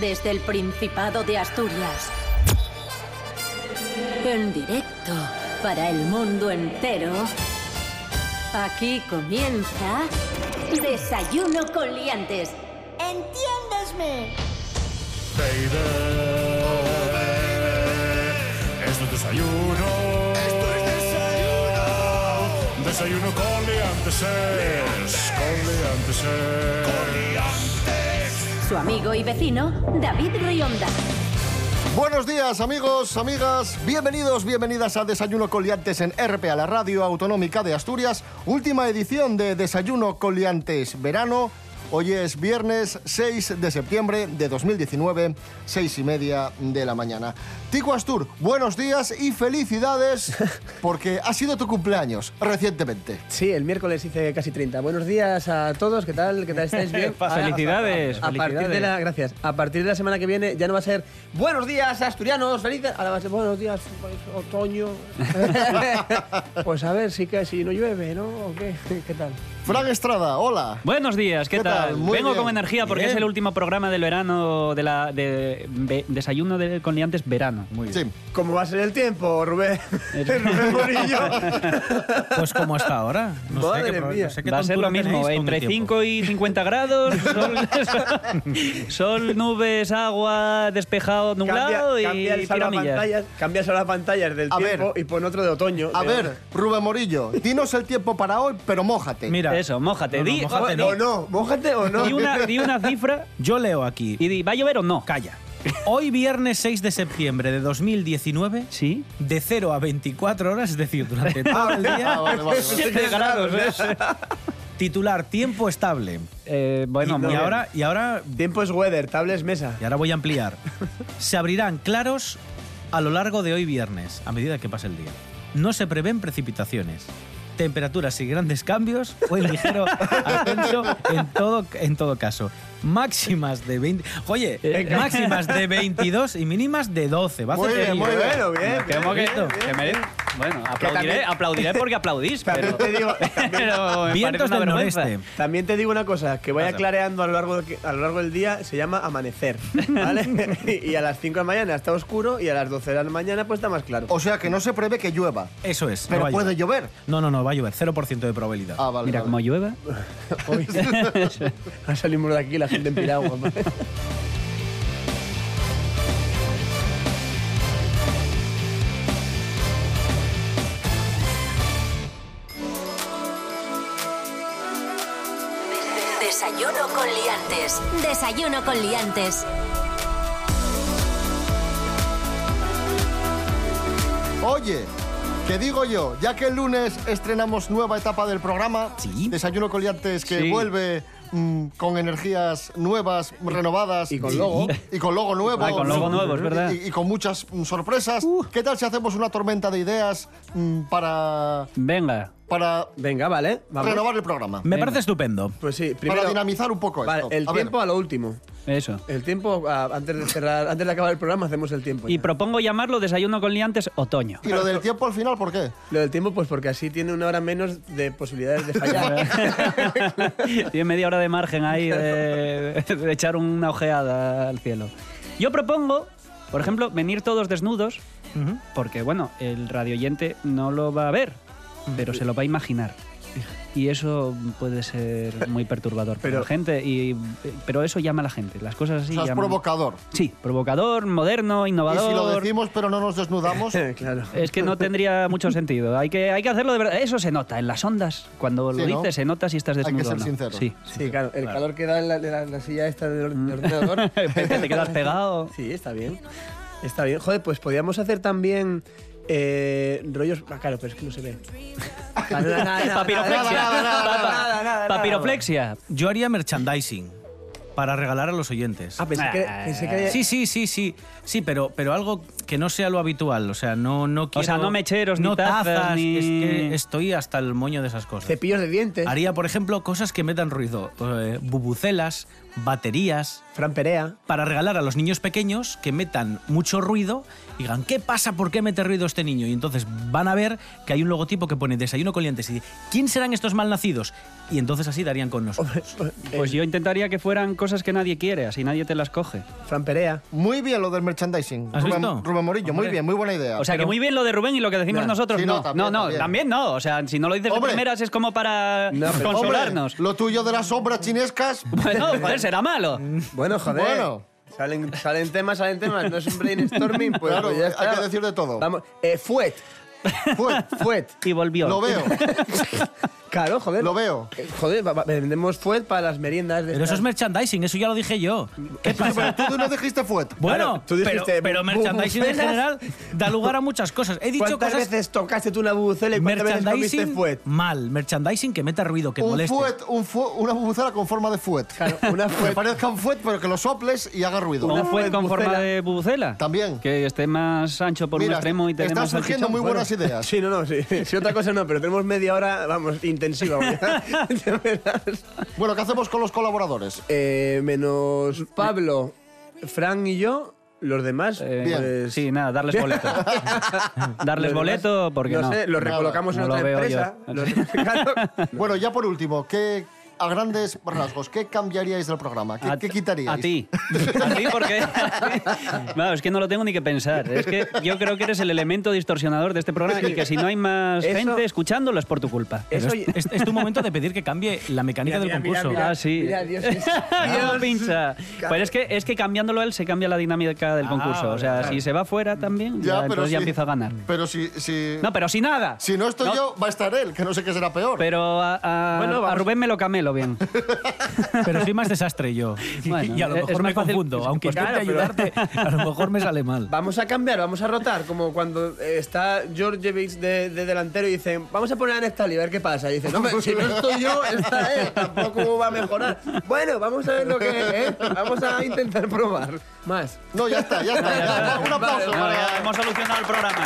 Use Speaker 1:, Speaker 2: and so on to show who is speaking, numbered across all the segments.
Speaker 1: Desde el Principado de Asturias. En directo para el mundo entero. Aquí comienza Desayuno con Liantes.
Speaker 2: ¡Entiéndesme!
Speaker 3: Baby, oh, baby, esto es desayuno. Esto es desayuno. Desayuno con liantes. Con liantes. Con
Speaker 1: Su amigo y vecino, David Rionda.
Speaker 4: Buenos días amigos, amigas, bienvenidos, bienvenidas a Desayuno con Liantes en RPA, la radio autonómica de Asturias, última edición de Desayuno con Liantes verano. Hoy es viernes 6 de septiembre de 2019, seis y media de la mañana. Tico Astur, buenos días y felicidades porque ha sido tu cumpleaños recientemente.
Speaker 5: Sí, el miércoles hice casi 30. Buenos días a todos, ¿qué tal? ¿Qué tal estáis bien? Ahora,
Speaker 6: Felicidades,
Speaker 5: A, a partir de
Speaker 6: felicidades.
Speaker 5: la, gracias. A partir de la semana que viene ya no va a ser buenos días asturianos, felices. Ahora va a ser buenos días otoño. pues a ver si que si no llueve, ¿no? ¿O qué? ¿Qué tal?
Speaker 4: Fran Estrada, hola.
Speaker 6: Buenos días, ¿qué,
Speaker 4: ¿Qué tal?
Speaker 6: tal?
Speaker 4: Muy
Speaker 6: Vengo
Speaker 4: bien.
Speaker 6: con energía porque
Speaker 4: Bien.
Speaker 6: es el último programa del verano, de la, de, be- desayuno de, con liantes verano. Muy
Speaker 4: Sí.
Speaker 5: ¿Cómo va a ser el tiempo, Rubén? Rubén Morillo.
Speaker 7: Pues como hasta ahora. No
Speaker 5: Madre
Speaker 7: sé qué, pro-
Speaker 5: mía.
Speaker 7: no sé qué
Speaker 6: Va a ser
Speaker 7: tontura
Speaker 6: lo mismo,
Speaker 7: tenéis con el
Speaker 6: entre
Speaker 7: tiempo.
Speaker 6: 5 y 50 grados, sol, sol, nubes, agua, despejado, nublado
Speaker 5: cambia el
Speaker 6: y tiramillas.
Speaker 5: salvapantallas, cambia el salvapantallas del
Speaker 4: A
Speaker 5: tiempo
Speaker 4: ver.
Speaker 5: y pon otro de otoño.
Speaker 4: A
Speaker 5: De-
Speaker 4: ver, Rubén Morillo, dinos el tiempo para hoy, pero mójate.
Speaker 7: Mira,
Speaker 6: Eso, mójate,
Speaker 7: No, no,
Speaker 6: di,
Speaker 5: O,
Speaker 7: mójate,
Speaker 5: o no, mójate o no.
Speaker 6: di una, di una cifra
Speaker 7: yo leo aquí.
Speaker 6: y di, ¿va a llover o no?
Speaker 7: Calla. Hoy viernes 6 de septiembre de 2019,
Speaker 6: Sí.
Speaker 7: de 0 a 24 horas, es decir, durante todo el
Speaker 4: Ah,
Speaker 7: día,
Speaker 4: vale, vale, vale.
Speaker 6: Siete grados, ¿eh?
Speaker 7: titular tiempo estable.
Speaker 6: Eh, bueno,
Speaker 7: Y
Speaker 6: muy bien.
Speaker 7: ahora, y ahora
Speaker 5: Tiempo es weather, tables mesa.
Speaker 7: Y ahora voy a ampliar. Se abrirán claros a lo largo de hoy viernes, a medida que pase el día. No se prevén precipitaciones. Temperaturas sin grandes cambios o en ligero ascenso en todo, en todo caso. Máximas de 20... Oye,
Speaker 6: Venga.
Speaker 7: máximas de 22 y mínimas de 12. Va a hacer
Speaker 4: Eh. Muy bien,
Speaker 7: frío,
Speaker 4: muy
Speaker 7: ¿eh?
Speaker 4: bien.
Speaker 5: Bueno, bien.
Speaker 6: Que hemos
Speaker 7: Bien,
Speaker 6: que-
Speaker 7: bien,
Speaker 6: que merece- Bueno, aplaudiré,
Speaker 5: también-
Speaker 6: aplaudiré porque aplaudís,
Speaker 5: También
Speaker 6: pero...
Speaker 5: te digo,
Speaker 6: pero me parece
Speaker 7: Vientos
Speaker 6: una
Speaker 7: del
Speaker 6: vergüenza.
Speaker 7: noreste.
Speaker 5: también te digo una cosa, que vaya clareando a lo largo, de- a lo largo del día se llama amanecer, ¿vale? y a las 5 de la mañana está oscuro y a las 12 de la mañana pues está más claro.
Speaker 4: O sea que no se prevé que llueva,
Speaker 7: Eso es. no va
Speaker 4: pero
Speaker 7: a
Speaker 4: puede
Speaker 7: llover.
Speaker 4: llover.
Speaker 7: No, no, no, va a llover. 0% de probabilidad.
Speaker 4: Ah, vale.
Speaker 6: Mira
Speaker 4: vale.
Speaker 6: cómo llueva.
Speaker 5: Hoy ahora salimos de aquí la gente en piragua.
Speaker 1: Desayuno con liantes. Desayuno con liantes.
Speaker 4: Oye, que digo yo, ya que el lunes estrenamos nueva etapa del programa,
Speaker 7: Sí.
Speaker 4: Desayuno Coliantes que
Speaker 6: Sí.
Speaker 4: vuelve mm, con energías nuevas, renovadas.
Speaker 5: y con logo.
Speaker 4: Y con logo nuevo.
Speaker 6: Ah, con logo nuevo, es verdad.
Speaker 4: Y, y con muchas mm, sorpresas. ¿Qué tal si hacemos una tormenta de ideas mm, para,
Speaker 6: Venga.
Speaker 4: para
Speaker 5: Venga, vale, vamos.
Speaker 4: renovar el programa?
Speaker 7: Me parece estupendo.
Speaker 5: Pues sí, primero...
Speaker 4: Para dinamizar un poco
Speaker 5: Vale,
Speaker 4: esto.
Speaker 5: el
Speaker 4: A ver,
Speaker 5: tiempo a lo último.
Speaker 6: Eso.
Speaker 5: El tiempo, ah, antes de cerrar, antes de acabar el programa, hacemos el tiempo.
Speaker 6: Y
Speaker 5: ya.
Speaker 6: propongo llamarlo desayuno con liantes otoño.
Speaker 4: ¿Y lo del tiempo al final por qué?
Speaker 5: Lo del tiempo, pues porque así tiene una hora menos de posibilidades de fallar.
Speaker 6: Tiene media hora de margen ahí de, de echar una ojeada al cielo. Yo propongo, por ejemplo, venir todos desnudos, porque bueno, el radioyente no lo va a ver, pero se lo va a imaginar. Y eso puede ser muy perturbador pero,
Speaker 5: Pero-
Speaker 6: la gente, y, eh, pero eso llama a la gente. Las cosas así
Speaker 4: o sea, es
Speaker 6: llaman-
Speaker 4: provocador.
Speaker 6: Sí, provocador, moderno,
Speaker 4: Y si lo
Speaker 6: innovador.
Speaker 4: decimos pero no nos desnudamos,
Speaker 5: claro.
Speaker 6: Es que no tendría mucho sentido. Hay que, hay que hacerlo de verdad. Eso se nota en las ondas. Cuando
Speaker 4: Sí,
Speaker 6: lo
Speaker 4: ¿no?
Speaker 6: dices, se nota si estás
Speaker 4: Hay que
Speaker 6: desnudo.
Speaker 4: ser
Speaker 6: o no.
Speaker 4: sincero.
Speaker 6: Sí.
Speaker 5: Sí, claro, el calor que da en la, de la- la silla esta del or- del ordenador.
Speaker 6: Te quedas pegado.
Speaker 5: sí, está bien. Está bien. Joder, pues podíamos hacer también eh, rollos. Ah, claro, pero es que no se ve.
Speaker 6: Papiroflexia.
Speaker 5: Nada, nada, nada, nada, nada,
Speaker 6: Papiroflexia.
Speaker 7: Yo haría merchandising para regalar a los oyentes.
Speaker 5: Ah, pensé que, pensé que era-
Speaker 7: Sí, sí, sí, sí. Sí, pero, pero algo que no sea lo habitual. O sea, no, no quiero.
Speaker 6: sea, no mecheros, ni
Speaker 7: no
Speaker 6: tazas, ni-
Speaker 7: Es que estoy hasta el moño de esas cosas.
Speaker 5: Cepillos de dientes.
Speaker 7: Haría, por ejemplo, cosas que metan ruido. eh, bubucelas, baterías.
Speaker 5: Fran Perea.
Speaker 7: Para regalar a los niños pequeños que metan mucho ruido y digan, ¿qué pasa? ¿Por qué mete ruido este niño? Y entonces van a ver que hay un logotipo que pone desayuno con liantes y dice, ¿quién serán estos malnacidos? Y entonces así darían con nosotros.
Speaker 6: Pues yo intentaría que fueran cosas que nadie quiere, así nadie te las coge.
Speaker 5: Fran Perea.
Speaker 4: Muy bien lo del merchandising.
Speaker 7: ¿Has
Speaker 4: Rubén,
Speaker 7: visto?
Speaker 4: Rubén Morillo, muy
Speaker 7: Hombre.
Speaker 4: bien, muy buena idea.
Speaker 6: O sea, que muy bien lo de Rubén y lo que decimos
Speaker 5: Nah.
Speaker 6: nosotros.
Speaker 4: Sí, no,
Speaker 6: no,
Speaker 4: también,
Speaker 6: no, no,
Speaker 4: también.
Speaker 6: también. no. O sea, si no lo dices de
Speaker 4: Hombre.
Speaker 6: primeras es como para
Speaker 5: No, pero-
Speaker 4: Hombre,
Speaker 6: consolarnos.
Speaker 4: lo tuyo de las obras chinescas.
Speaker 6: Bueno, joder, será malo.
Speaker 5: Bueno, joder.
Speaker 4: Bueno.
Speaker 5: Salen, salen temas, salen temas. No es un brainstorming, pues,
Speaker 4: Claro,
Speaker 5: pues ya está.
Speaker 4: hay que decir de todo.
Speaker 5: Vamos. Eh, fuet.
Speaker 4: Fue,
Speaker 5: Fuet.
Speaker 6: Y volvió.
Speaker 4: lo veo,
Speaker 5: Claro, joder.
Speaker 4: lo veo.
Speaker 5: Eh, Joder, va- va- vendemos fuet para las meriendas. De
Speaker 7: Pero eso es merchandising, eso ya lo dije yo. ¿Qué pasa?
Speaker 4: Tú no dijiste fuet.
Speaker 7: Bueno,
Speaker 5: tú dijiste
Speaker 7: pero, pero
Speaker 5: bu-
Speaker 7: merchandising en
Speaker 5: bubucelas.
Speaker 7: general da lugar a muchas cosas. He dicho
Speaker 5: ¿Cuántas
Speaker 7: cosas
Speaker 5: veces tocaste tú una bubucela y cuántas veces comiste
Speaker 7: merchandising
Speaker 5: fuet?
Speaker 7: mal, merchandising que meta ruido, que
Speaker 4: Un
Speaker 7: moleste.
Speaker 4: fuet, un fu- una bubucela con forma de fuet.
Speaker 5: Claro, una
Speaker 4: Que
Speaker 5: fuet.
Speaker 4: parezca un fuet, pero que lo soples y haga ruido.
Speaker 6: O
Speaker 5: Una
Speaker 6: un fuet con
Speaker 5: bubucela.
Speaker 6: forma de bubucela.
Speaker 4: También.
Speaker 6: Que esté más ancho por un
Speaker 4: Mira,
Speaker 6: extremo y te dé
Speaker 4: están
Speaker 6: más
Speaker 4: surgiendo
Speaker 6: salchichón.
Speaker 4: muy buenas ideas.
Speaker 5: Sí, no, no, sí. Si otra cosa no, pero tenemos media hora, vamos, intensiva. vaya. Ya verás.
Speaker 4: Bueno, ¿qué hacemos con los colaboradores?
Speaker 5: Eh, menos Pablo, Fran y yo, los demás,
Speaker 6: Eh,
Speaker 4: Bien.
Speaker 5: pues, ah,
Speaker 6: Sí, nada, darles boleto. darles
Speaker 5: los
Speaker 6: boleto
Speaker 5: demás,
Speaker 6: porque
Speaker 5: no
Speaker 6: no.
Speaker 5: sé, los recolocamos
Speaker 6: No
Speaker 5: en
Speaker 6: lo
Speaker 5: otra
Speaker 6: veo
Speaker 5: empresa.
Speaker 6: yo.
Speaker 5: los- claro.
Speaker 4: Bueno, ya por último, ¿qué, a grandes rasgos, ¿qué cambiaríais del programa? ¿Qué,
Speaker 6: A-
Speaker 4: qué quitaríais?
Speaker 6: A ti. A ti porque... no, es que no lo tengo ni que pensar. Es que yo creo que eres el elemento distorsionador de este programa y que si no hay más
Speaker 5: Eso-
Speaker 6: gente escuchándolo es por tu culpa.
Speaker 5: Eso,
Speaker 7: Pero es, es- es tu momento de pedir que cambie la mecánica del concurso.
Speaker 6: mira. Ah, sí.
Speaker 5: Mira, Dios, es-
Speaker 6: Ah,
Speaker 5: Dios.
Speaker 6: pincha. Pero es que, es que cambiándolo él se cambia la dinámica del
Speaker 7: Ah,
Speaker 6: concurso. O sea,
Speaker 7: vale, claro.
Speaker 6: si se va fuera también, ya,
Speaker 4: Ya, pero
Speaker 6: entonces ya
Speaker 4: si-
Speaker 6: empieza a ganar.
Speaker 4: Pero si, si,
Speaker 6: No, pero si nada.
Speaker 4: si no estoy yo, va a estar él, que no sé qué será peor.
Speaker 6: Pero a, a-
Speaker 5: Bueno,
Speaker 6: a
Speaker 5: vamos.
Speaker 6: Rubén me lo camelo bien.
Speaker 7: Pero soy más desastre yo.
Speaker 6: Bueno,
Speaker 7: y a lo
Speaker 6: es-
Speaker 7: mejor
Speaker 6: es
Speaker 7: me
Speaker 6: más fácil-
Speaker 7: confundo. Aunque
Speaker 5: Pues
Speaker 7: intente
Speaker 5: claro,
Speaker 7: ayudarte, a lo mejor me sale mal.
Speaker 5: Vamos a cambiar, vamos a rotar, como cuando eh, está George de, de delantero y dicen, vamos a poner a Néstor y a ver qué pasa. Y dicen, no, pero si no estoy yo, está él, tampoco va a mejorar. Bueno, vamos a ver lo que ¿eh? Vamos a intentar probar. Más.
Speaker 4: No, ya está, ya está. ya está. Un aplauso.
Speaker 6: No,
Speaker 4: para-
Speaker 6: ya hemos solucionado el programa.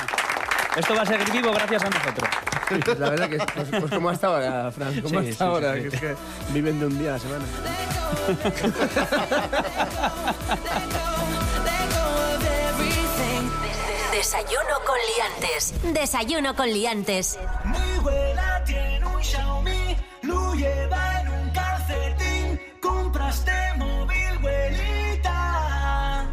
Speaker 6: Esto va a seguir vivo gracias a nosotros.
Speaker 5: La verdad que, pues, pues como hasta ahora, Fran, como
Speaker 7: Sí,
Speaker 5: hasta
Speaker 7: sí,
Speaker 5: ahora,
Speaker 7: sí, sí.
Speaker 5: que es que viven de un día a la semana.
Speaker 2: Desayuno con liantes. Desayuno con liantes.
Speaker 8: Mi abuela tiene un Xiaomi, lo lleva en un calcetín. Compraste móvil, abuelita.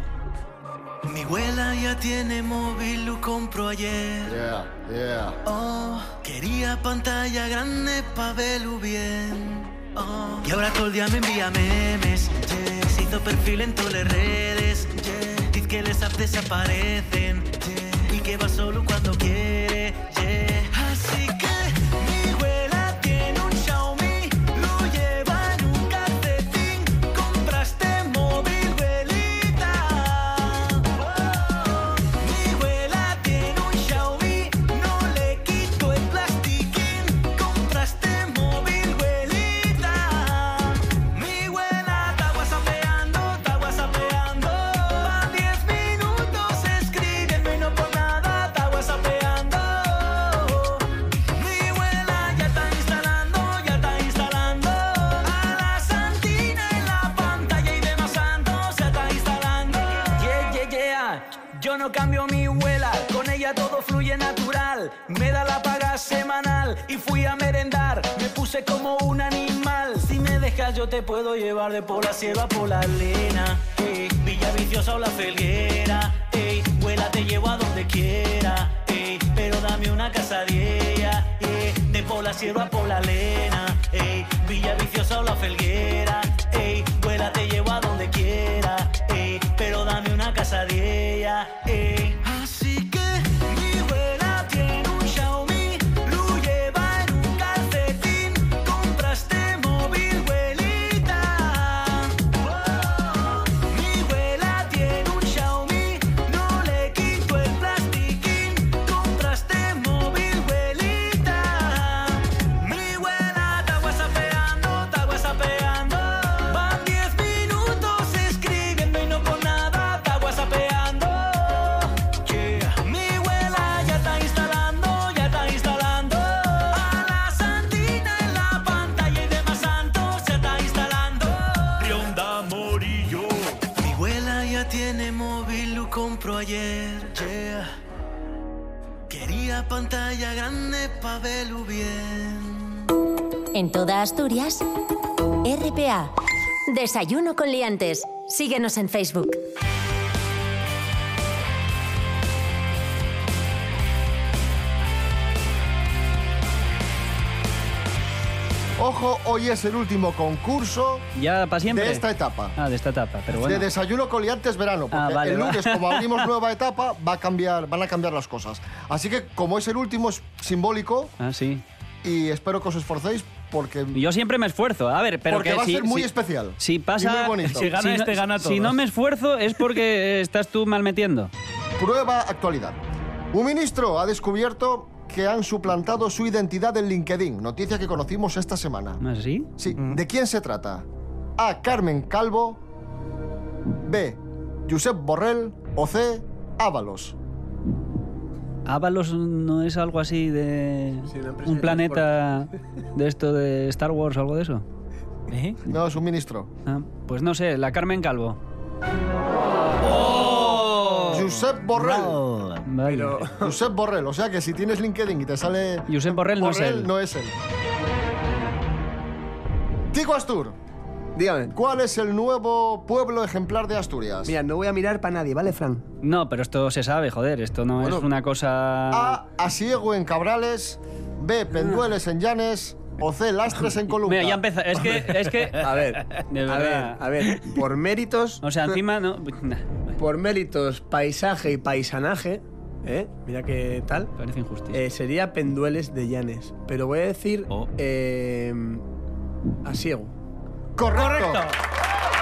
Speaker 8: Mi abuela ya tiene móvil, lo compró ayer.
Speaker 4: Yeah, yeah.
Speaker 8: Oh, quería pantalla grande pa' verlo bien. Oh. Y ahora todo el día me envía memes. yeah. Se hizo perfil en todas las redes. yeah. Diz que les apps desaparecen. yeah. Y que va solo cuando quiere. yeah. Así que mi abuela tiene un Xiaomi. Lo lleva en un calcetín. Compraste móvil, velita. Oh, Mi abuela tiene un Xiaomi, no le quito el plastiquín. Compraste móvil, abuelita. Mi abuela está whatsappeando, está whatsappeando. Pa' 10 minutos escríbeme y no por nada está whatsappeando. Mi abuela ya está instalando, ya está instalando. A la santina en la pantalla y demás santo se está instalando. Yeah, yeah, yeah. Yo no cambio mi abuela, con ella todo fluye natural. Me da la paga semanal y fui a merendar. Me puse como un animal. Si me dejas, yo te puedo llevar de por la sierra por la lena. Ey, Villa Viciosa o la felguera. Ey, abuela, te llevo a donde quiera. Ey, pero dame una casadilla. eh, de por la sierra por la lena. Ey, Villa Viciosa o la felguera. Ey, abuela, te llevo a donde quiera. Ey, pero dame una casadilla. Ey. Así que mi abuela tiene un Xiaomi. Lo lleva en un calcetín. Compraste móvil, abuelita. Mi abuela tiene un Xiaomi, no le quito el plastiquín. Compraste móvil, abuelita. Mi abuela está whatsappeando, está whatsappeando. Van 10 minutos escribiendo y no por nada está whatsappeando. Yeah. Mi abuela ya está instalando, ya está instalando. A la santina en la pantalla y demás santo se está instalando.
Speaker 3: Rionda Morillo.
Speaker 8: Mi abuela ya tiene móvil, lo compró ayer. Yeah. Quería pantalla grande pa' verlo bien.
Speaker 2: En toda Asturias, RPA. Desayuno con liantes. Síguenos en Facebook.
Speaker 4: Ojo, hoy es el último concurso
Speaker 6: Ya para siempre.
Speaker 4: de esta etapa.
Speaker 6: Ah, de esta etapa, pero bueno.
Speaker 4: De desayuno coliantes verano. Porque
Speaker 6: Ah, vale,
Speaker 4: el
Speaker 6: va.
Speaker 4: lunes, como abrimos nueva etapa, va a cambiar, van a cambiar las cosas. Así que, como es el último, es simbólico
Speaker 6: Ah, sí.
Speaker 4: y espero que os esforcéis porque,
Speaker 6: Yo siempre me esfuerzo. A ver, pero
Speaker 4: porque
Speaker 6: que
Speaker 4: va
Speaker 6: si-
Speaker 4: a ser muy
Speaker 6: si-
Speaker 4: especial.
Speaker 6: Si pasa.
Speaker 4: Y muy bonito.
Speaker 7: si gana
Speaker 6: no-
Speaker 7: este, gana
Speaker 6: Si
Speaker 7: todos.
Speaker 6: no me esfuerzo es porque eh, estás tú mal metiendo.
Speaker 4: Prueba actualidad. Un ministro ha descubierto que han suplantado su identidad en LinkedIn, noticia que conocimos esta semana.
Speaker 6: ¿Así?
Speaker 4: Sí, ¿de quién se trata? A. Carmen Calvo. B. Josep Borrell. O C. Ábalos.
Speaker 6: Ábalos no es algo así de.
Speaker 5: Sí, una empresa
Speaker 6: un
Speaker 5: de
Speaker 6: planeta de esto de Star Wars o algo de eso.
Speaker 7: ¿Eh?
Speaker 4: No, es un ministro.
Speaker 6: Ah, pues no sé, la Carmen Calvo. Oh.
Speaker 4: Josep Borrell.
Speaker 6: Vale.
Speaker 5: Pero
Speaker 4: Josep Borrell, o sea que si tienes LinkedIn y te sale...
Speaker 6: Josep Borrell no es él.
Speaker 4: no es él. Tico Astur,
Speaker 5: dígame.
Speaker 4: ¿cuál es el nuevo pueblo ejemplar de Asturias?
Speaker 5: Mira, no voy a mirar para nadie, ¿vale, Fran?
Speaker 6: No, pero esto se sabe, joder, esto no
Speaker 4: Bueno.
Speaker 6: es una cosa.
Speaker 5: Ah,
Speaker 4: A. Asiego en Cabrales. B. Pendueles en Llanes. O C. Lastres en Columna.
Speaker 6: Mira, ya empieza. Es que. Es que
Speaker 5: A ver,
Speaker 6: De
Speaker 5: a
Speaker 6: verdad.
Speaker 5: ver, a ver, por méritos,
Speaker 6: o sea, encima no.
Speaker 5: por méritos, paisaje y paisanaje, ¿eh? Mira qué tal.
Speaker 6: Parece injusticia.
Speaker 5: Eh, sería Pendueles de Llanes, pero voy a decir
Speaker 7: Oh.
Speaker 5: eh, Asiego.
Speaker 4: ¡Correcto!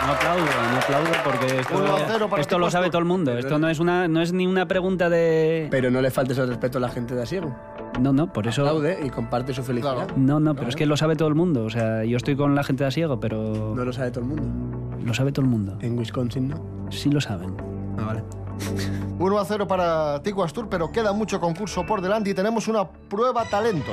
Speaker 6: No aplaudo, no aplaudo porque
Speaker 4: Uno a cero
Speaker 6: esto,
Speaker 4: para
Speaker 6: esto
Speaker 4: ti,
Speaker 6: lo
Speaker 4: Pastor.
Speaker 6: sabe todo el mundo. Esto no es una, no es ni una pregunta de.
Speaker 5: Pero no le faltes el respeto a la gente de Asiego.
Speaker 6: No, no, por eso.
Speaker 5: Aplaude y comparte su felicidad.
Speaker 4: Claro.
Speaker 6: No, no, pero es que lo sabe todo el mundo. O sea, yo estoy con la gente de Asiego, pero
Speaker 5: No lo sabe todo el mundo.
Speaker 6: lo sabe todo el mundo.
Speaker 5: En Wisconsin no.
Speaker 6: Sí lo saben.
Speaker 5: Ah, vale.
Speaker 4: 1 a 0 para Tico Astur, pero queda mucho concurso por delante y tenemos una prueba talento.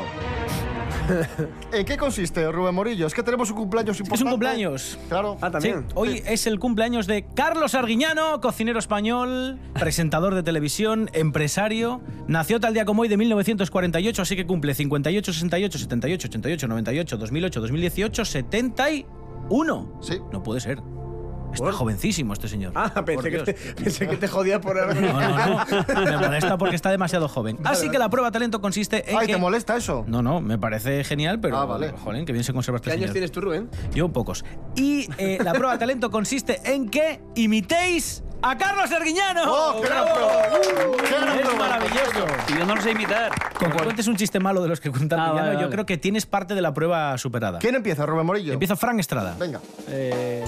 Speaker 4: ¿En qué consiste, Rubén Morillo? Es que tenemos un cumpleaños importante.
Speaker 7: Es un cumpleaños.
Speaker 4: Claro.
Speaker 5: Ah,
Speaker 7: Sí,
Speaker 5: también.
Speaker 7: hoy es el cumpleaños de Carlos Arguiñano, cocinero español, presentador de televisión, empresario. Nació tal día como hoy de 1948, así que cumple 58, 68, 78, 88, 98, 2008, 2018, 71.
Speaker 4: Sí.
Speaker 7: No puede ser. Está jovencísimo este señor.
Speaker 5: Ah, pensé
Speaker 7: Por
Speaker 5: que,
Speaker 7: Dios.
Speaker 5: te, pensé que te jodía por algo.
Speaker 7: No, no, no. Me molesta porque está demasiado joven. Así que la prueba talento consiste en
Speaker 4: Ay,
Speaker 7: que...
Speaker 4: ¿te molesta eso?
Speaker 7: No, no, me parece genial, pero...
Speaker 4: Ah, vale.
Speaker 7: Jolín, que bien se conserva este
Speaker 5: ¿Qué años
Speaker 7: señor.
Speaker 5: tienes tú, Rubén?
Speaker 7: Yo pocos. Y eh, la prueba de talento consiste en que imitéis a Carlos Arguiñano.
Speaker 4: ¡Oh, qué gran
Speaker 7: ¡Bravo!
Speaker 4: prueba! ¡Qué gran
Speaker 7: Es
Speaker 4: prueba!
Speaker 7: maravilloso.
Speaker 6: Y yo no lo sé imitar.
Speaker 7: Con que cuentes un chiste malo de los que cuentan
Speaker 6: Ah,
Speaker 7: Arguiñano,
Speaker 6: vale,
Speaker 7: yo
Speaker 6: vale.
Speaker 7: creo que tienes parte de la prueba superada.
Speaker 4: ¿Quién empieza, Rubén Morillo?
Speaker 7: Empieza Frank Estrada.
Speaker 4: Venga.
Speaker 6: Eh,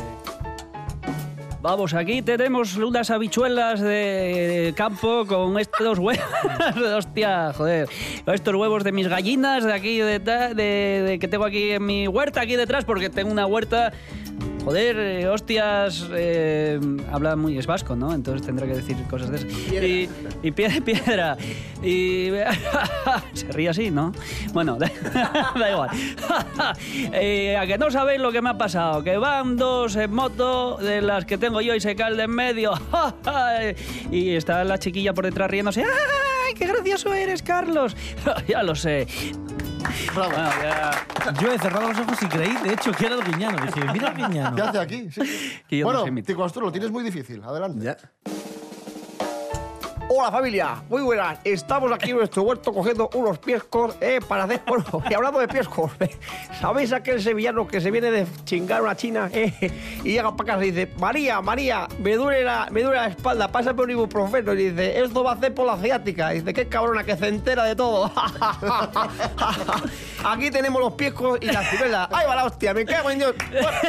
Speaker 6: Vamos, aquí tenemos unas habichuelas de campo con estos huevos. Hostia, joder. Estos huevos de mis gallinas, de aquí, de, ta- de- de que tengo aquí en mi huerta, aquí detrás, porque tengo una huerta. Joder, eh, hostias. eh, habla muy. Es vasco, ¿no? Entonces tendrá que decir cosas de esas. Y, y pie- piedra. Y. Se ríe así, ¿no? Bueno, da, da igual. Eh, a que no sabéis lo que me ha pasado. Que van dos en moto de las que tengo yo y se cae el de en medio. y está la chiquilla por detrás riéndose. ¡Ay, qué gracioso eres, Carlos! ya lo sé.
Speaker 4: Bravo.
Speaker 6: Bueno, ya-
Speaker 7: Yo he cerrado los ojos y creí, de hecho, que era Arguiñano. Dije, mira Arguiñano.
Speaker 4: ¿Qué hace aquí? Sí.
Speaker 6: Que yo no
Speaker 4: bueno,
Speaker 6: sé imitar.
Speaker 4: Tico Astur, lo tienes muy difícil. Adelante.
Speaker 5: Hola familia, muy buenas. Estamos aquí en nuestro huerto cogiendo unos piescos eh, para hacer polvo. Y hablando de piescos, ¿sabéis aquel sevillano que se viene de chingar una china eh, y llega para casa y dice, María, María, me duele la, me duele la espalda, pásame un ibuprofeno. Y dice, esto va a hacer por la ciática. Y dice, qué cabrona que se entera de todo. aquí tenemos los piescos y la ciruela. ¡Ay, va la hostia! ¡Me cago en Dios!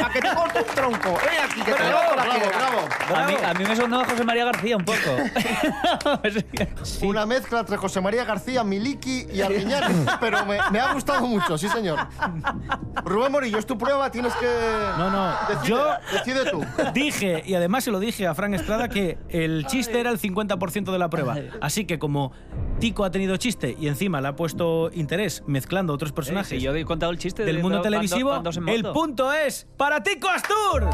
Speaker 5: ¡A que te corto un tronco! ¡Ven aquí, que te corto la
Speaker 4: Bravo,
Speaker 5: ciénaga.
Speaker 4: bravo.
Speaker 6: A mí, a mí me sonó a José María García un poco.
Speaker 4: Una mezcla entre José María García, Miliki y Arguiñán. pero me, me ha gustado mucho, sí, señor. Rubén Morillo, es tu prueba, tienes que.
Speaker 7: No, no,
Speaker 4: Decide,
Speaker 7: yo-
Speaker 4: Decide tú.
Speaker 7: Dije, y además se lo dije a Frank Estrada, que el chiste era el 50% de la prueba. Así que como Tico ha tenido chiste y encima le ha puesto interés mezclando otros personajes
Speaker 6: Si Eh, yo he contado el chiste
Speaker 7: del
Speaker 6: de-
Speaker 7: mundo
Speaker 6: van do- van
Speaker 7: televisivo,
Speaker 6: dos en
Speaker 7: el
Speaker 6: moto.
Speaker 7: punto es para Tico Astur.
Speaker 6: Eh,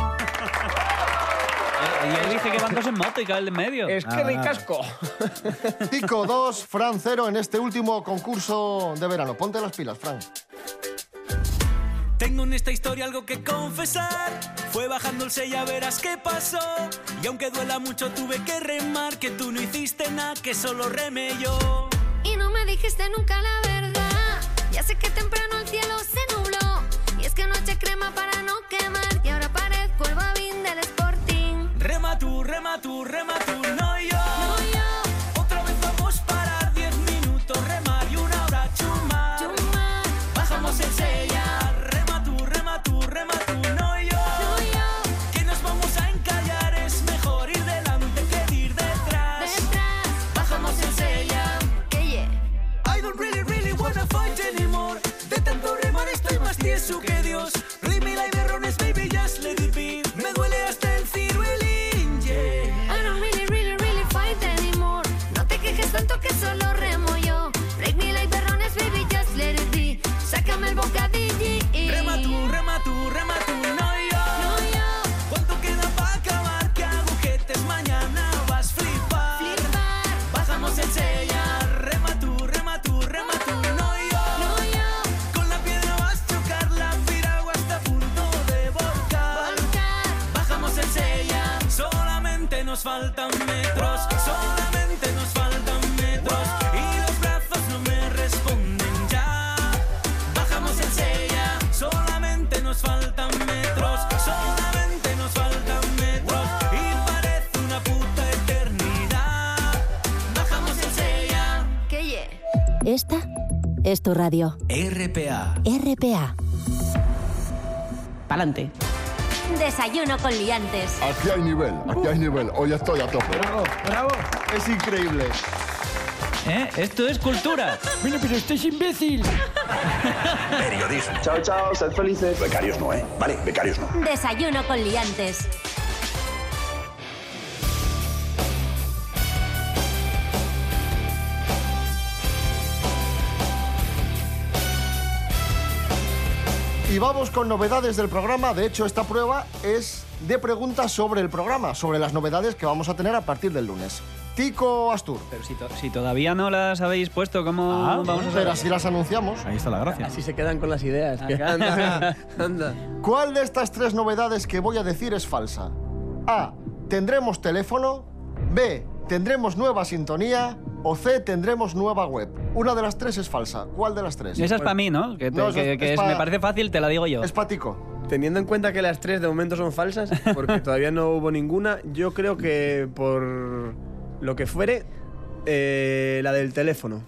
Speaker 6: Y él dice que van dos en moto y cae el de en medio.
Speaker 5: Es que
Speaker 7: Ah.
Speaker 5: ricasco.
Speaker 4: Tico 2, Fran 0 en este último concurso de verano. Ponte las pilas, Fran.
Speaker 9: Tengo en esta historia algo que confesar.
Speaker 8: Fue bajando el sello, ya verás qué pasó. Y aunque duela mucho, tuve que remar. Que tú no hiciste nada, que solo remé yo.
Speaker 9: Y no me dijiste nunca la verdad. Ya sé que temprano el cielo se nubló. Y es que no eché crema para no quemar. Y ahora parezco el babín del Sporting.
Speaker 8: Rema tú, rema tú, rema tú, no yo.
Speaker 9: No yo,
Speaker 8: Otra vez vamos para 10 minutos, remar y una hora chumar.
Speaker 9: chuma.
Speaker 8: Bajamos el sella, rema tú, rema tú, rema tú, no yo.
Speaker 9: No yo,
Speaker 8: Que nos vamos a encallar, es mejor ir delante que ir detrás.
Speaker 9: detrás.
Speaker 8: Bajamos el sella.
Speaker 9: Que ye.
Speaker 8: I don't really, really wanna fight anymore. De tanto remar estoy más tieso que Dios. Rime y berrones, baby, just let it be. Me duele hasta el ciruelín, yeah.
Speaker 9: I don't really, really, really fight anymore. No te quejes tanto que solo remo yo. Break me like berrones, baby, just let it be. Sácame el bocadillo.
Speaker 8: Rema tú, rema tú, rema tú, no
Speaker 9: No
Speaker 8: yo.
Speaker 9: yo,
Speaker 8: ¿Cuánto queda para acabar? Que agujetes mañana vas a flipar.
Speaker 9: flipar.
Speaker 8: Bajamos el sella, rema tú, rema tú, rema tú, no
Speaker 9: No
Speaker 8: yo.
Speaker 9: yo,
Speaker 8: Con la piedra vas a chocar la piragua hasta a punto de volcar.
Speaker 9: volcar.
Speaker 8: Bajamos el sella, solamente nos faltan metros, solamente nos faltan metros y los brazos no me responden ya. Bajamos el sella, solamente nos faltan metros, solamente nos faltan metros y parece una puta eternidad. Bajamos el sella.
Speaker 9: Que ye.
Speaker 2: Esta es tu radio.
Speaker 7: RPA.
Speaker 2: RPA.
Speaker 1: Pa'lante.
Speaker 2: Desayuno con liantes.
Speaker 10: Aquí hay nivel, aquí hay nivel. Hoy estoy a tope.
Speaker 4: Es increíble.
Speaker 6: ¿Eh? Esto es cultura.
Speaker 11: Periodismo. Chao, chao, sed felices. Becarios no, ¿eh? Vale, becarios no.
Speaker 2: Desayuno con liantes.
Speaker 4: Y vamos con novedades del programa. De hecho, esta prueba es de preguntas sobre el programa, sobre las novedades que vamos a tener a partir del lunes. Tico Astur.
Speaker 6: Pero si, to- si todavía no las habéis puesto, ¿cómo
Speaker 7: Ah,
Speaker 6: vamos a
Speaker 4: Pero
Speaker 6: saber?
Speaker 4: así las anunciamos.
Speaker 7: Ahí está la gracia.
Speaker 5: Así se quedan con las ideas. que anda, anda.
Speaker 4: ¿Cuál de estas tres novedades que voy a decir es falsa? A. Tendremos teléfono. B. Tendremos nueva sintonía. O C. Tendremos nueva web. Una de las tres es falsa. ¿Cuál de las tres?
Speaker 6: Esa es para mí, ¿no? Que, te-
Speaker 4: No, eso
Speaker 6: que-
Speaker 4: es-
Speaker 6: que
Speaker 4: es
Speaker 6: es-
Speaker 4: pa-
Speaker 6: me parece fácil, te la digo yo.
Speaker 4: Es para Tico.
Speaker 5: Teniendo en cuenta que las tres de momento son falsas, porque todavía no hubo ninguna, yo creo que por lo que fuere, eh, la del teléfono.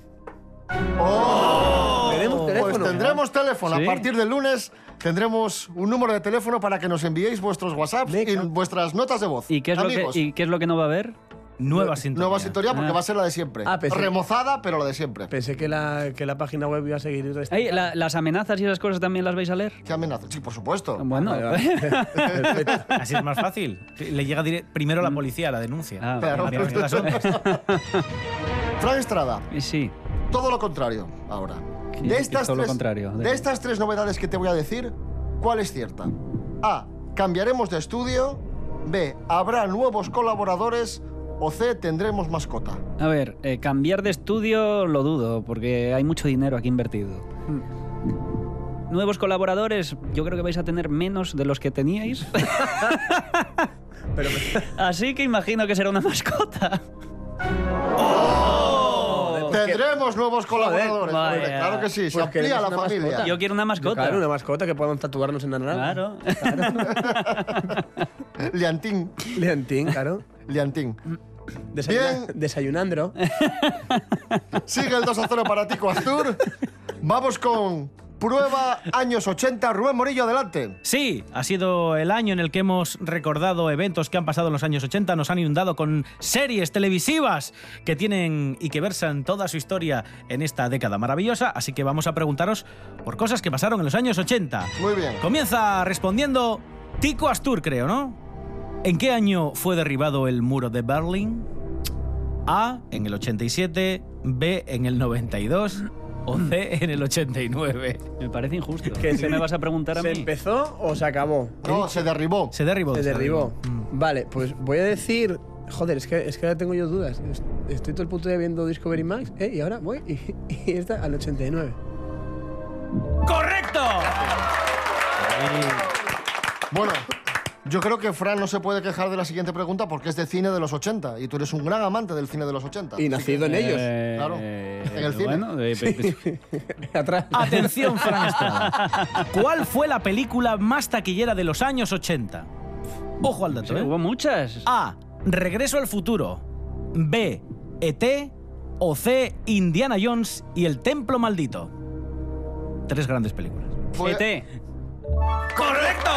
Speaker 5: Tenemos teléfono.
Speaker 4: Pues tendremos teléfono.
Speaker 6: Sí.
Speaker 4: A partir del lunes tendremos un número de teléfono para que nos enviéis vuestros WhatsApps y
Speaker 5: Venga.
Speaker 4: vuestras notas de voz.
Speaker 6: ¿Y qué, es lo que,
Speaker 4: Amigos,
Speaker 6: ¿Y qué es lo que no va a haber?
Speaker 7: Nueva sintonía.
Speaker 4: nueva sintonía porque
Speaker 6: Ah.
Speaker 4: va a ser la de siempre.
Speaker 5: Ah, pensé-
Speaker 4: Remozada, pero la de siempre.
Speaker 5: Pensé que la, que la página web iba a seguir. este, esta-
Speaker 6: Ey, la- ¿Las amenazas y esas cosas también las vais a leer?
Speaker 4: ¿Qué amenaza? Sí, por supuesto.
Speaker 6: Bueno,
Speaker 5: Vale, vale. Perfecto.
Speaker 7: Así es más fácil. Le llega dire- primero la policía, la denuncia.
Speaker 6: Mm. Ah,
Speaker 4: Claro.
Speaker 7: Para que las otras.
Speaker 4: Fran Estrada,
Speaker 6: sí.
Speaker 4: todo lo contrario ahora.
Speaker 6: Sí,
Speaker 4: De estas,
Speaker 6: todo lo
Speaker 4: tres,
Speaker 6: contrario.
Speaker 4: de estas tres novedades que te voy a decir, ¿cuál es cierta? A. Cambiaremos de estudio. B. Habrá nuevos colaboradores. O C. Tendremos mascota.
Speaker 6: A ver, eh, cambiar de estudio lo dudo, porque hay mucho dinero aquí invertido.
Speaker 4: Hmm.
Speaker 6: Nuevos colaboradores, yo creo que vais a tener menos de los que teníais.
Speaker 5: Pero
Speaker 6: Así que imagino que será una mascota.
Speaker 4: Tendremos nuevos colaboradores.
Speaker 6: vaya.
Speaker 4: joder, claro que sí, se
Speaker 5: Pues
Speaker 4: amplía
Speaker 5: queremos
Speaker 4: la
Speaker 5: una
Speaker 4: familia.
Speaker 5: mascota.
Speaker 6: Yo quiero una mascota.
Speaker 5: Claro, una mascota que podamos tatuarnos en la naranja.
Speaker 6: Claro.
Speaker 4: Liantín,
Speaker 5: Leontín, claro.
Speaker 4: Liantín.
Speaker 5: Desayuna-
Speaker 4: Bien.
Speaker 5: Desayunandro.
Speaker 4: Sigue el 2 a 0 para Tico Astur. Vamos con prueba años 80. Rubén Morillo, adelante.
Speaker 7: Sí, ha sido el año en el que hemos recordado eventos que han pasado en los años 80, nos han inundado con series televisivas que tienen y que versan toda su historia en esta década maravillosa, así que vamos a preguntaros por cosas que pasaron en los años 80.
Speaker 4: Muy bien.
Speaker 7: Comienza respondiendo Tico Astur, creo, ¿no? ¿En qué año fue derribado el muro de Berlín? A, en el 87, B, en el 92 o C, en el 89.
Speaker 6: Me parece injusto.
Speaker 5: Que
Speaker 6: ¿Qué
Speaker 5: sí.
Speaker 6: me vas a preguntar a
Speaker 5: ¿Se
Speaker 6: mí?
Speaker 5: empezó o se acabó?
Speaker 4: No, se derribó.
Speaker 7: Se derribó.
Speaker 5: Se derribó.
Speaker 7: Mm.
Speaker 5: Vale, pues voy a decir. Joder, es que, es que ahora tengo yo dudas. Es- Estoy todo el puto día viendo Discovery Max, ¿eh? Y ahora voy y, y esta al 89.
Speaker 7: ¡Correcto!
Speaker 4: Bueno, Yo creo que Fran no se puede quejar de la siguiente pregunta porque es de cine de los 80 y tú eres un gran amante del cine de los 80.
Speaker 5: Y nacido en ellos.
Speaker 6: Eh.
Speaker 4: Claro, en el cine.
Speaker 6: Bueno, eh, pe-
Speaker 5: Atrás.
Speaker 7: Atención, Fran Estrada. ¿Cuál fue la película más taquillera de los años 80? Ojo al
Speaker 6: sí,
Speaker 7: dato, ¿eh?
Speaker 6: hubo muchas.
Speaker 4: Ah,
Speaker 7: A. Regreso al futuro. B. ET. O C. Indiana Jones y el Templo Maldito. Tres grandes películas.
Speaker 4: Fue-
Speaker 6: ET.
Speaker 7: ¡Correcto!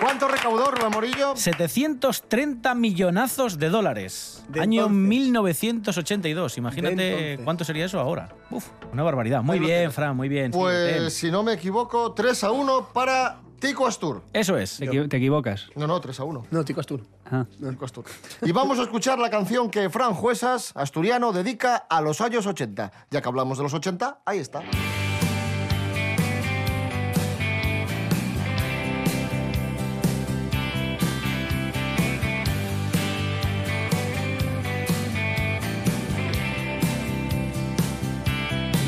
Speaker 4: ¿Cuánto recaudó Rubén Morillo?
Speaker 7: 730 millonazos de dólares.
Speaker 5: De
Speaker 7: año
Speaker 5: entonces.
Speaker 7: 1982.
Speaker 5: De
Speaker 7: Imagínate
Speaker 5: entonces. eh,
Speaker 7: cuánto sería eso ahora. Uf, una barbaridad. Muy bien, Fran, muy bien. sí, bien.
Speaker 4: Pues, si no me equivoco, 3 a 1 para Tico Astur.
Speaker 7: Eso es.
Speaker 6: Te, equi- te equivocas.
Speaker 4: No, no, 3 a 1.
Speaker 5: No, Tico Astur.
Speaker 6: Ah.
Speaker 4: Tico Astur. Y vamos a escuchar la canción que Fran Juesas, asturiano, dedica a los años 80. Ya que hablamos de los 80, ahí está.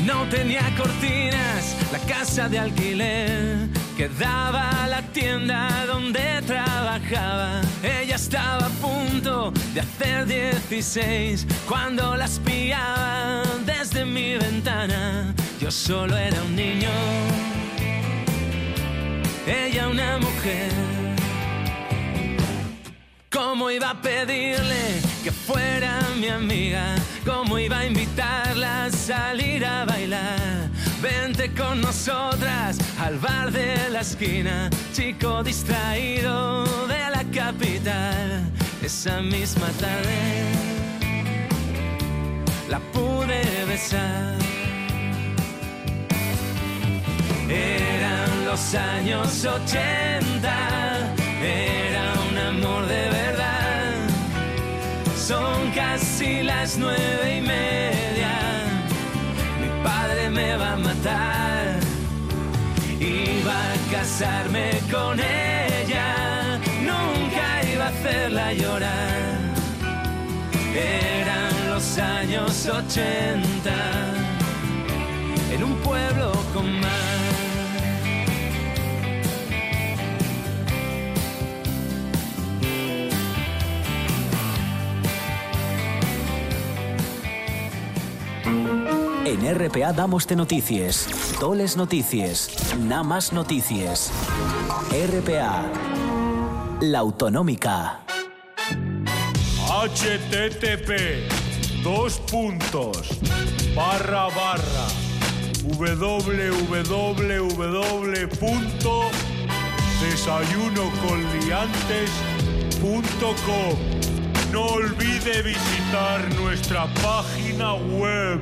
Speaker 12: No tenía cortinas, la casa de alquiler quedaba la tienda donde trabajaba. Ella estaba a punto de hacer 16 cuando la espiaba desde mi ventana. Yo solo era un niño, ella una mujer. ¿Cómo iba a pedirle que fuera mi amiga? ¿Cómo iba a invitarla a salir a bailar? Vente con nosotras al bar de la esquina, chico distraído de la capital. Esa misma tarde la pude besar. Eran los años 80, era un amor de verdad. Son casi las nueve y media, mi padre me va a matar. Iba a casarme con ella, nunca iba a hacerla llorar. Eran los años 80 en un pueblo con mar.
Speaker 13: En RPA damoste noticias, toles noticias, nada más noticias. RPA, la autonómica.
Speaker 3: HTTP, dos puntos, barra barra, www.desayunoconliantes.com. No olvide visitar nuestra página web.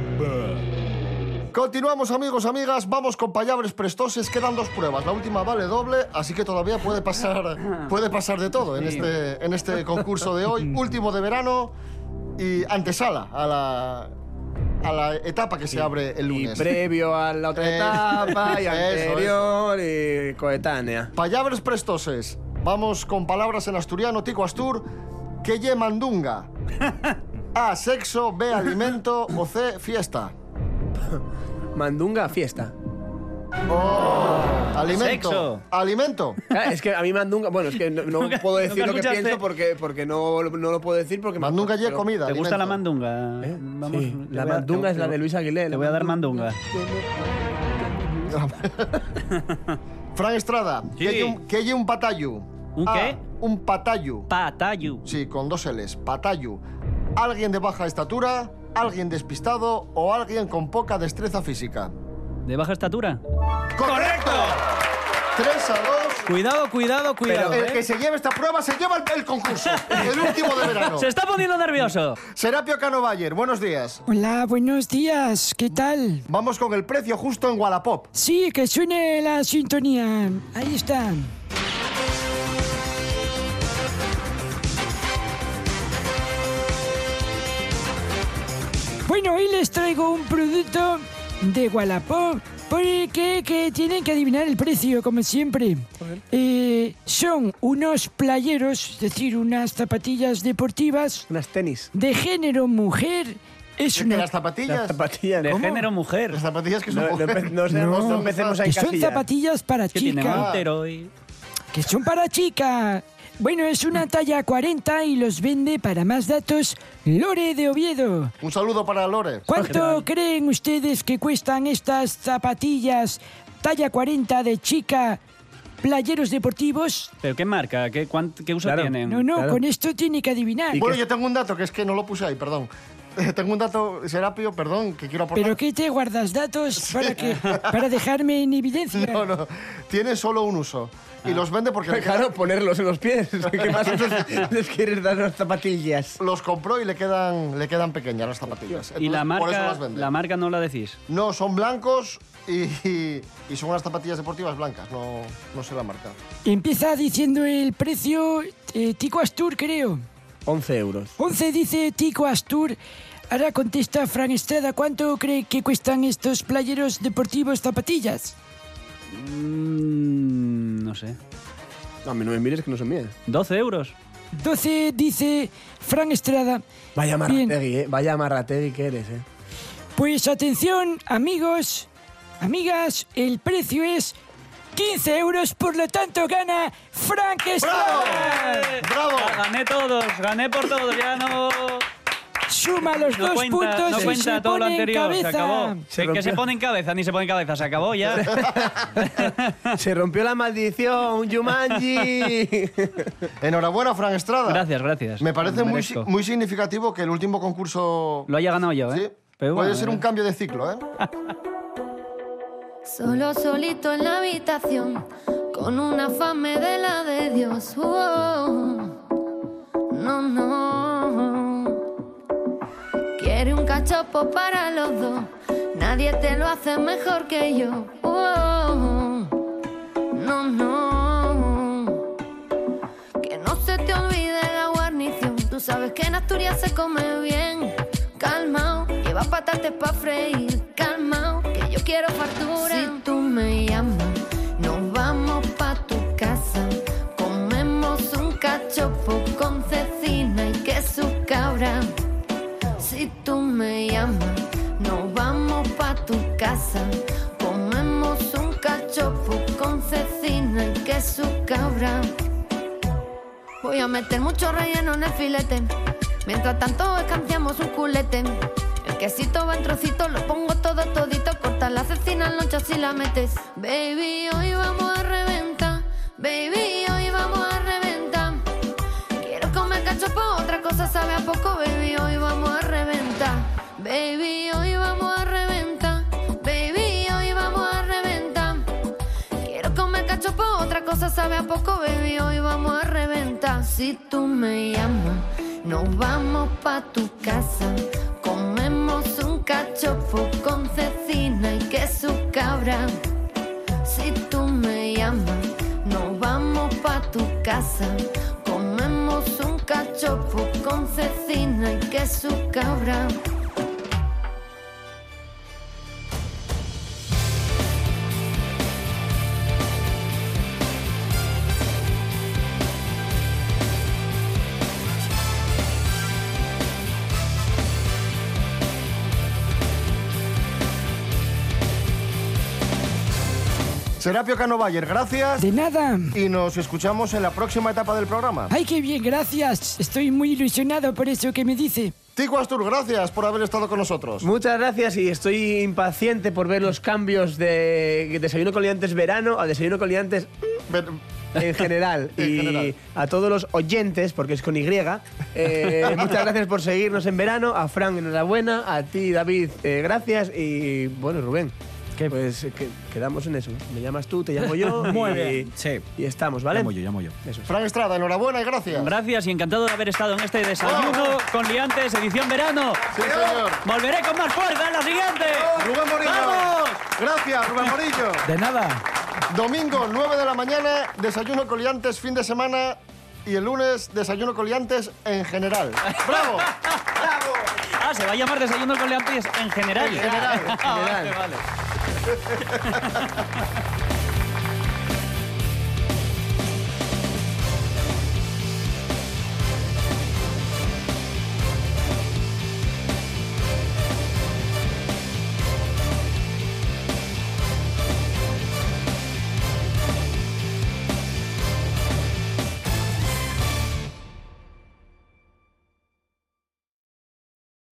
Speaker 4: Continuamos, amigos, amigas. Vamos con palabras prestoses. Quedan dos pruebas. La última vale doble, así que todavía puede pasar, puede pasar de todo en, este, en este concurso de hoy. Último de verano y antesala a la, a la etapa que se abre el
Speaker 5: Y
Speaker 4: lunes.
Speaker 5: previo a la otra
Speaker 4: Eh,
Speaker 5: etapa, y
Speaker 4: eso,
Speaker 5: anterior, y coetánea.
Speaker 4: Palabras prestoses. Vamos con palabras en asturiano, tico astur. Que ye mandunga. A, sexo, B, alimento o C, fiesta.
Speaker 5: Mandunga, fiesta.
Speaker 4: Alimento.
Speaker 6: Sexo.
Speaker 4: Alimento.
Speaker 5: Ah, Es que a mí mandunga, bueno, es que no, no
Speaker 6: Nunca-
Speaker 5: puedo decir
Speaker 6: nunca
Speaker 5: lo que
Speaker 6: escuchaste.
Speaker 5: pienso porque, porque no, no lo puedo decir porque me-
Speaker 4: Mandunga ye
Speaker 5: pero-
Speaker 4: comida.
Speaker 6: ¿Te gusta la
Speaker 4: alimento.
Speaker 6: mandunga?
Speaker 5: ¿Eh?
Speaker 6: Vamos,
Speaker 5: Sí,
Speaker 6: te
Speaker 5: La
Speaker 6: voy a-
Speaker 5: mandunga
Speaker 6: te-
Speaker 5: es la de Luis Aguilera.
Speaker 6: Te voy a dar mandunga.
Speaker 4: Fran Estrada,
Speaker 6: Sí.
Speaker 4: que hay un, que hay un patayu.
Speaker 6: ¿Un
Speaker 4: A,
Speaker 6: qué?
Speaker 4: Un patayu.
Speaker 6: Patayu.
Speaker 4: Sí, con dos L's. Patayu. Alguien de baja estatura, alguien despistado o alguien con poca destreza física.
Speaker 6: ¿De baja estatura?
Speaker 4: ¡Correcto! 3 a 2.
Speaker 7: Cuidado, cuidado, cuidado.
Speaker 4: El
Speaker 7: ¿eh?
Speaker 4: que se lleve esta prueba se lleva el, el concurso. El último de verano.
Speaker 6: ¡Se está poniendo nervioso!
Speaker 4: Serapio Cano Bayer, buenos días.
Speaker 14: Hola, buenos días, ¿qué tal?
Speaker 4: Vamos con el precio justo en Wallapop.
Speaker 14: Sí, que suene la sintonía. Ahí está. Bueno, hoy les traigo un producto de Wallapop porque que tienen que adivinar el precio, como siempre. Eh, son unos playeros, es decir, unas zapatillas deportivas
Speaker 5: Unas tenis.
Speaker 14: de género mujer. Es
Speaker 4: Que
Speaker 14: una
Speaker 4: las zapatillas.
Speaker 5: Zapatillas.
Speaker 6: De
Speaker 5: ¿Cómo?
Speaker 6: género mujer.
Speaker 4: Las zapatillas que
Speaker 5: No,
Speaker 4: son
Speaker 5: no,
Speaker 4: mujeres.
Speaker 5: empe- no seamos- no empecemos a
Speaker 14: Que son
Speaker 5: encasillar.
Speaker 14: zapatillas para
Speaker 6: Que tiene
Speaker 14: chica.
Speaker 6: útero y...
Speaker 14: que son para chica. Bueno, es una talla 40 y los vende para más datos Lore de Oviedo.
Speaker 4: Un saludo para Lore.
Speaker 14: ¿Cuánto creen ustedes que cuestan estas zapatillas talla 40 de chica? Playeros deportivos.
Speaker 6: ¿Pero qué marca? ¿Qué, cuán- qué uso tienen?
Speaker 14: No, no, con esto tiene que adivinar.
Speaker 4: Bueno, yo tengo un dato que es que no lo puse ahí, perdón. tengo un dato, Serapio, perdón, que quiero aportar.
Speaker 14: ¿Pero qué te guardas datos para, que, para dejarme en evidencia?
Speaker 4: No, no. Tiene solo un uso. Y
Speaker 6: Ah.
Speaker 4: los vende porque... le
Speaker 5: Claro,
Speaker 4: quedan-
Speaker 5: ponerlos en los pies. ¿Qué más les- les quieres dar las zapatillas?
Speaker 4: Los compró y le quedan, le quedan pequeñas las zapatillas.
Speaker 6: ¿Y la
Speaker 4: Entonces, por eso
Speaker 6: marca,
Speaker 4: las vende.
Speaker 6: la marca no la decís?
Speaker 4: No, son blancos y, y- y son unas zapatillas deportivas blancas, no, no sé la marca.
Speaker 14: Empieza diciendo el precio eh, Tico Astur, creo.
Speaker 5: 11 euros.
Speaker 14: 11 dice Tico Astur. Ahora contesta Fran Estrada, ¿cuánto cree que cuestan estos playeros deportivos zapatillas?
Speaker 6: Mm, no sé.
Speaker 5: a mí no me mires que no son mías.
Speaker 6: 12 euros.
Speaker 14: 12 dice Fran Estrada.
Speaker 5: Vaya
Speaker 14: Bien.
Speaker 5: marrategui, ¿eh? Vaya marrategui que eres, ¿eh?
Speaker 14: Pues atención, amigos, amigas, el precio es 15 euros, por lo tanto gana Frank Estrada.
Speaker 4: ¡Bravo!
Speaker 6: Gané todos, gané por todos, ya no...
Speaker 14: Suma los
Speaker 6: No
Speaker 14: dos
Speaker 6: cuenta,
Speaker 14: puntos
Speaker 6: no
Speaker 14: y
Speaker 6: cuenta
Speaker 14: se
Speaker 6: todo lo
Speaker 14: pone en
Speaker 6: anterior,
Speaker 14: cabeza.
Speaker 6: se acabó.
Speaker 5: Se
Speaker 6: Es que se
Speaker 5: rompió.
Speaker 6: pone en cabeza, ni se pone en cabeza, se acabó ya.
Speaker 5: Se rompió la maldición, Yumanji.
Speaker 4: Enhorabuena, Fran Estrada.
Speaker 6: Gracias, gracias.
Speaker 4: Me parece
Speaker 6: Lo
Speaker 4: muy,
Speaker 6: merezco.
Speaker 4: muy significativo que el último concurso
Speaker 6: Lo haya ganado yo, ¿eh?
Speaker 4: Sí.
Speaker 6: Pero bueno,
Speaker 4: puede ser un cambio de ciclo, ¿eh?
Speaker 9: Solo solito en la habitación, con una fame de la de Dios. Wow. No, no. Quiere un cachopo para los dos, nadie te lo hace mejor que yo. Wow. No, no. Que no se te olvide la guarnición, tú sabes que en Asturias se come bien. Calmao, lleva patates pa' freír. Calmao, que yo quiero fartura. Si tú me llamas, nos vamos pa' tu casa. Comemos un cachopo con cecina y queso cabra. Si tú me llamas, nos vamos pa' tu casa. Comemos un cachopo con cecina y queso cabra. Voy a meter mucho relleno en el filete. Mientras tanto escanciamos un culete. El quesito va en trocitos, lo pongo todo todito. Cortas la cecina en lonchas y la metes. Baby, hoy vamos a reventar. Baby, hoy vamos a reventar. Quiero comer cachopo, otra cosa sabe a poco. Baby, hoy vamos a reventar. Baby, hoy vamos a reventar. Baby, hoy vamos a reventar. Quiero comer cachopo, otra cosa sabe a poco, baby, hoy vamos a reventar. Si tú me llamas, nos vamos pa' tu casa. Comemos un cachopo con cecina y queso cabra. Si tú me llamas, nos vamos pa' tu casa. Comemos un cachopo con cecina y queso cabra.
Speaker 4: Serapio Canovayer, gracias.
Speaker 14: De nada.
Speaker 4: Y nos escuchamos en la próxima etapa del programa.
Speaker 14: Ay, qué bien, gracias. Estoy muy ilusionado por eso que me dice.
Speaker 4: Tico Astur, gracias por haber estado con nosotros.
Speaker 5: Muchas gracias y estoy impaciente por ver los cambios de desayuno con liantes verano a desayuno con liantes en general.
Speaker 4: En
Speaker 5: y
Speaker 4: general.
Speaker 5: a todos los oyentes, porque es con Y, eh, muchas gracias por seguirnos en verano. A Fran, enhorabuena. A ti, David, eh, gracias. Y bueno, Rubén, pues eh, que- quedamos en eso. Me llamas tú, te llamo yo.
Speaker 7: Muy
Speaker 5: y,
Speaker 7: bien. Sí.
Speaker 5: Y estamos, ¿vale?
Speaker 7: Llamo yo, llamo yo.
Speaker 5: Eso es.
Speaker 4: Fran Estrada, enhorabuena y gracias.
Speaker 6: Gracias y encantado de haber estado en este desayuno con Liantes, edición verano.
Speaker 4: Sí, señor.
Speaker 6: Volveré con más fuerza en la siguiente.
Speaker 4: Rubén Morillo.
Speaker 6: ¡Vamos!
Speaker 4: Gracias, Rubén Morillo.
Speaker 7: De nada.
Speaker 4: Domingo, 9 de la mañana, desayuno coliantes, fin de semana. Y el lunes, desayuno coliantes en general. ¡Bravo!
Speaker 6: Ah, se va a llamar desayuno con Liantes en general.
Speaker 4: En general, en
Speaker 6: Ah, vale,
Speaker 4: general.
Speaker 6: vale.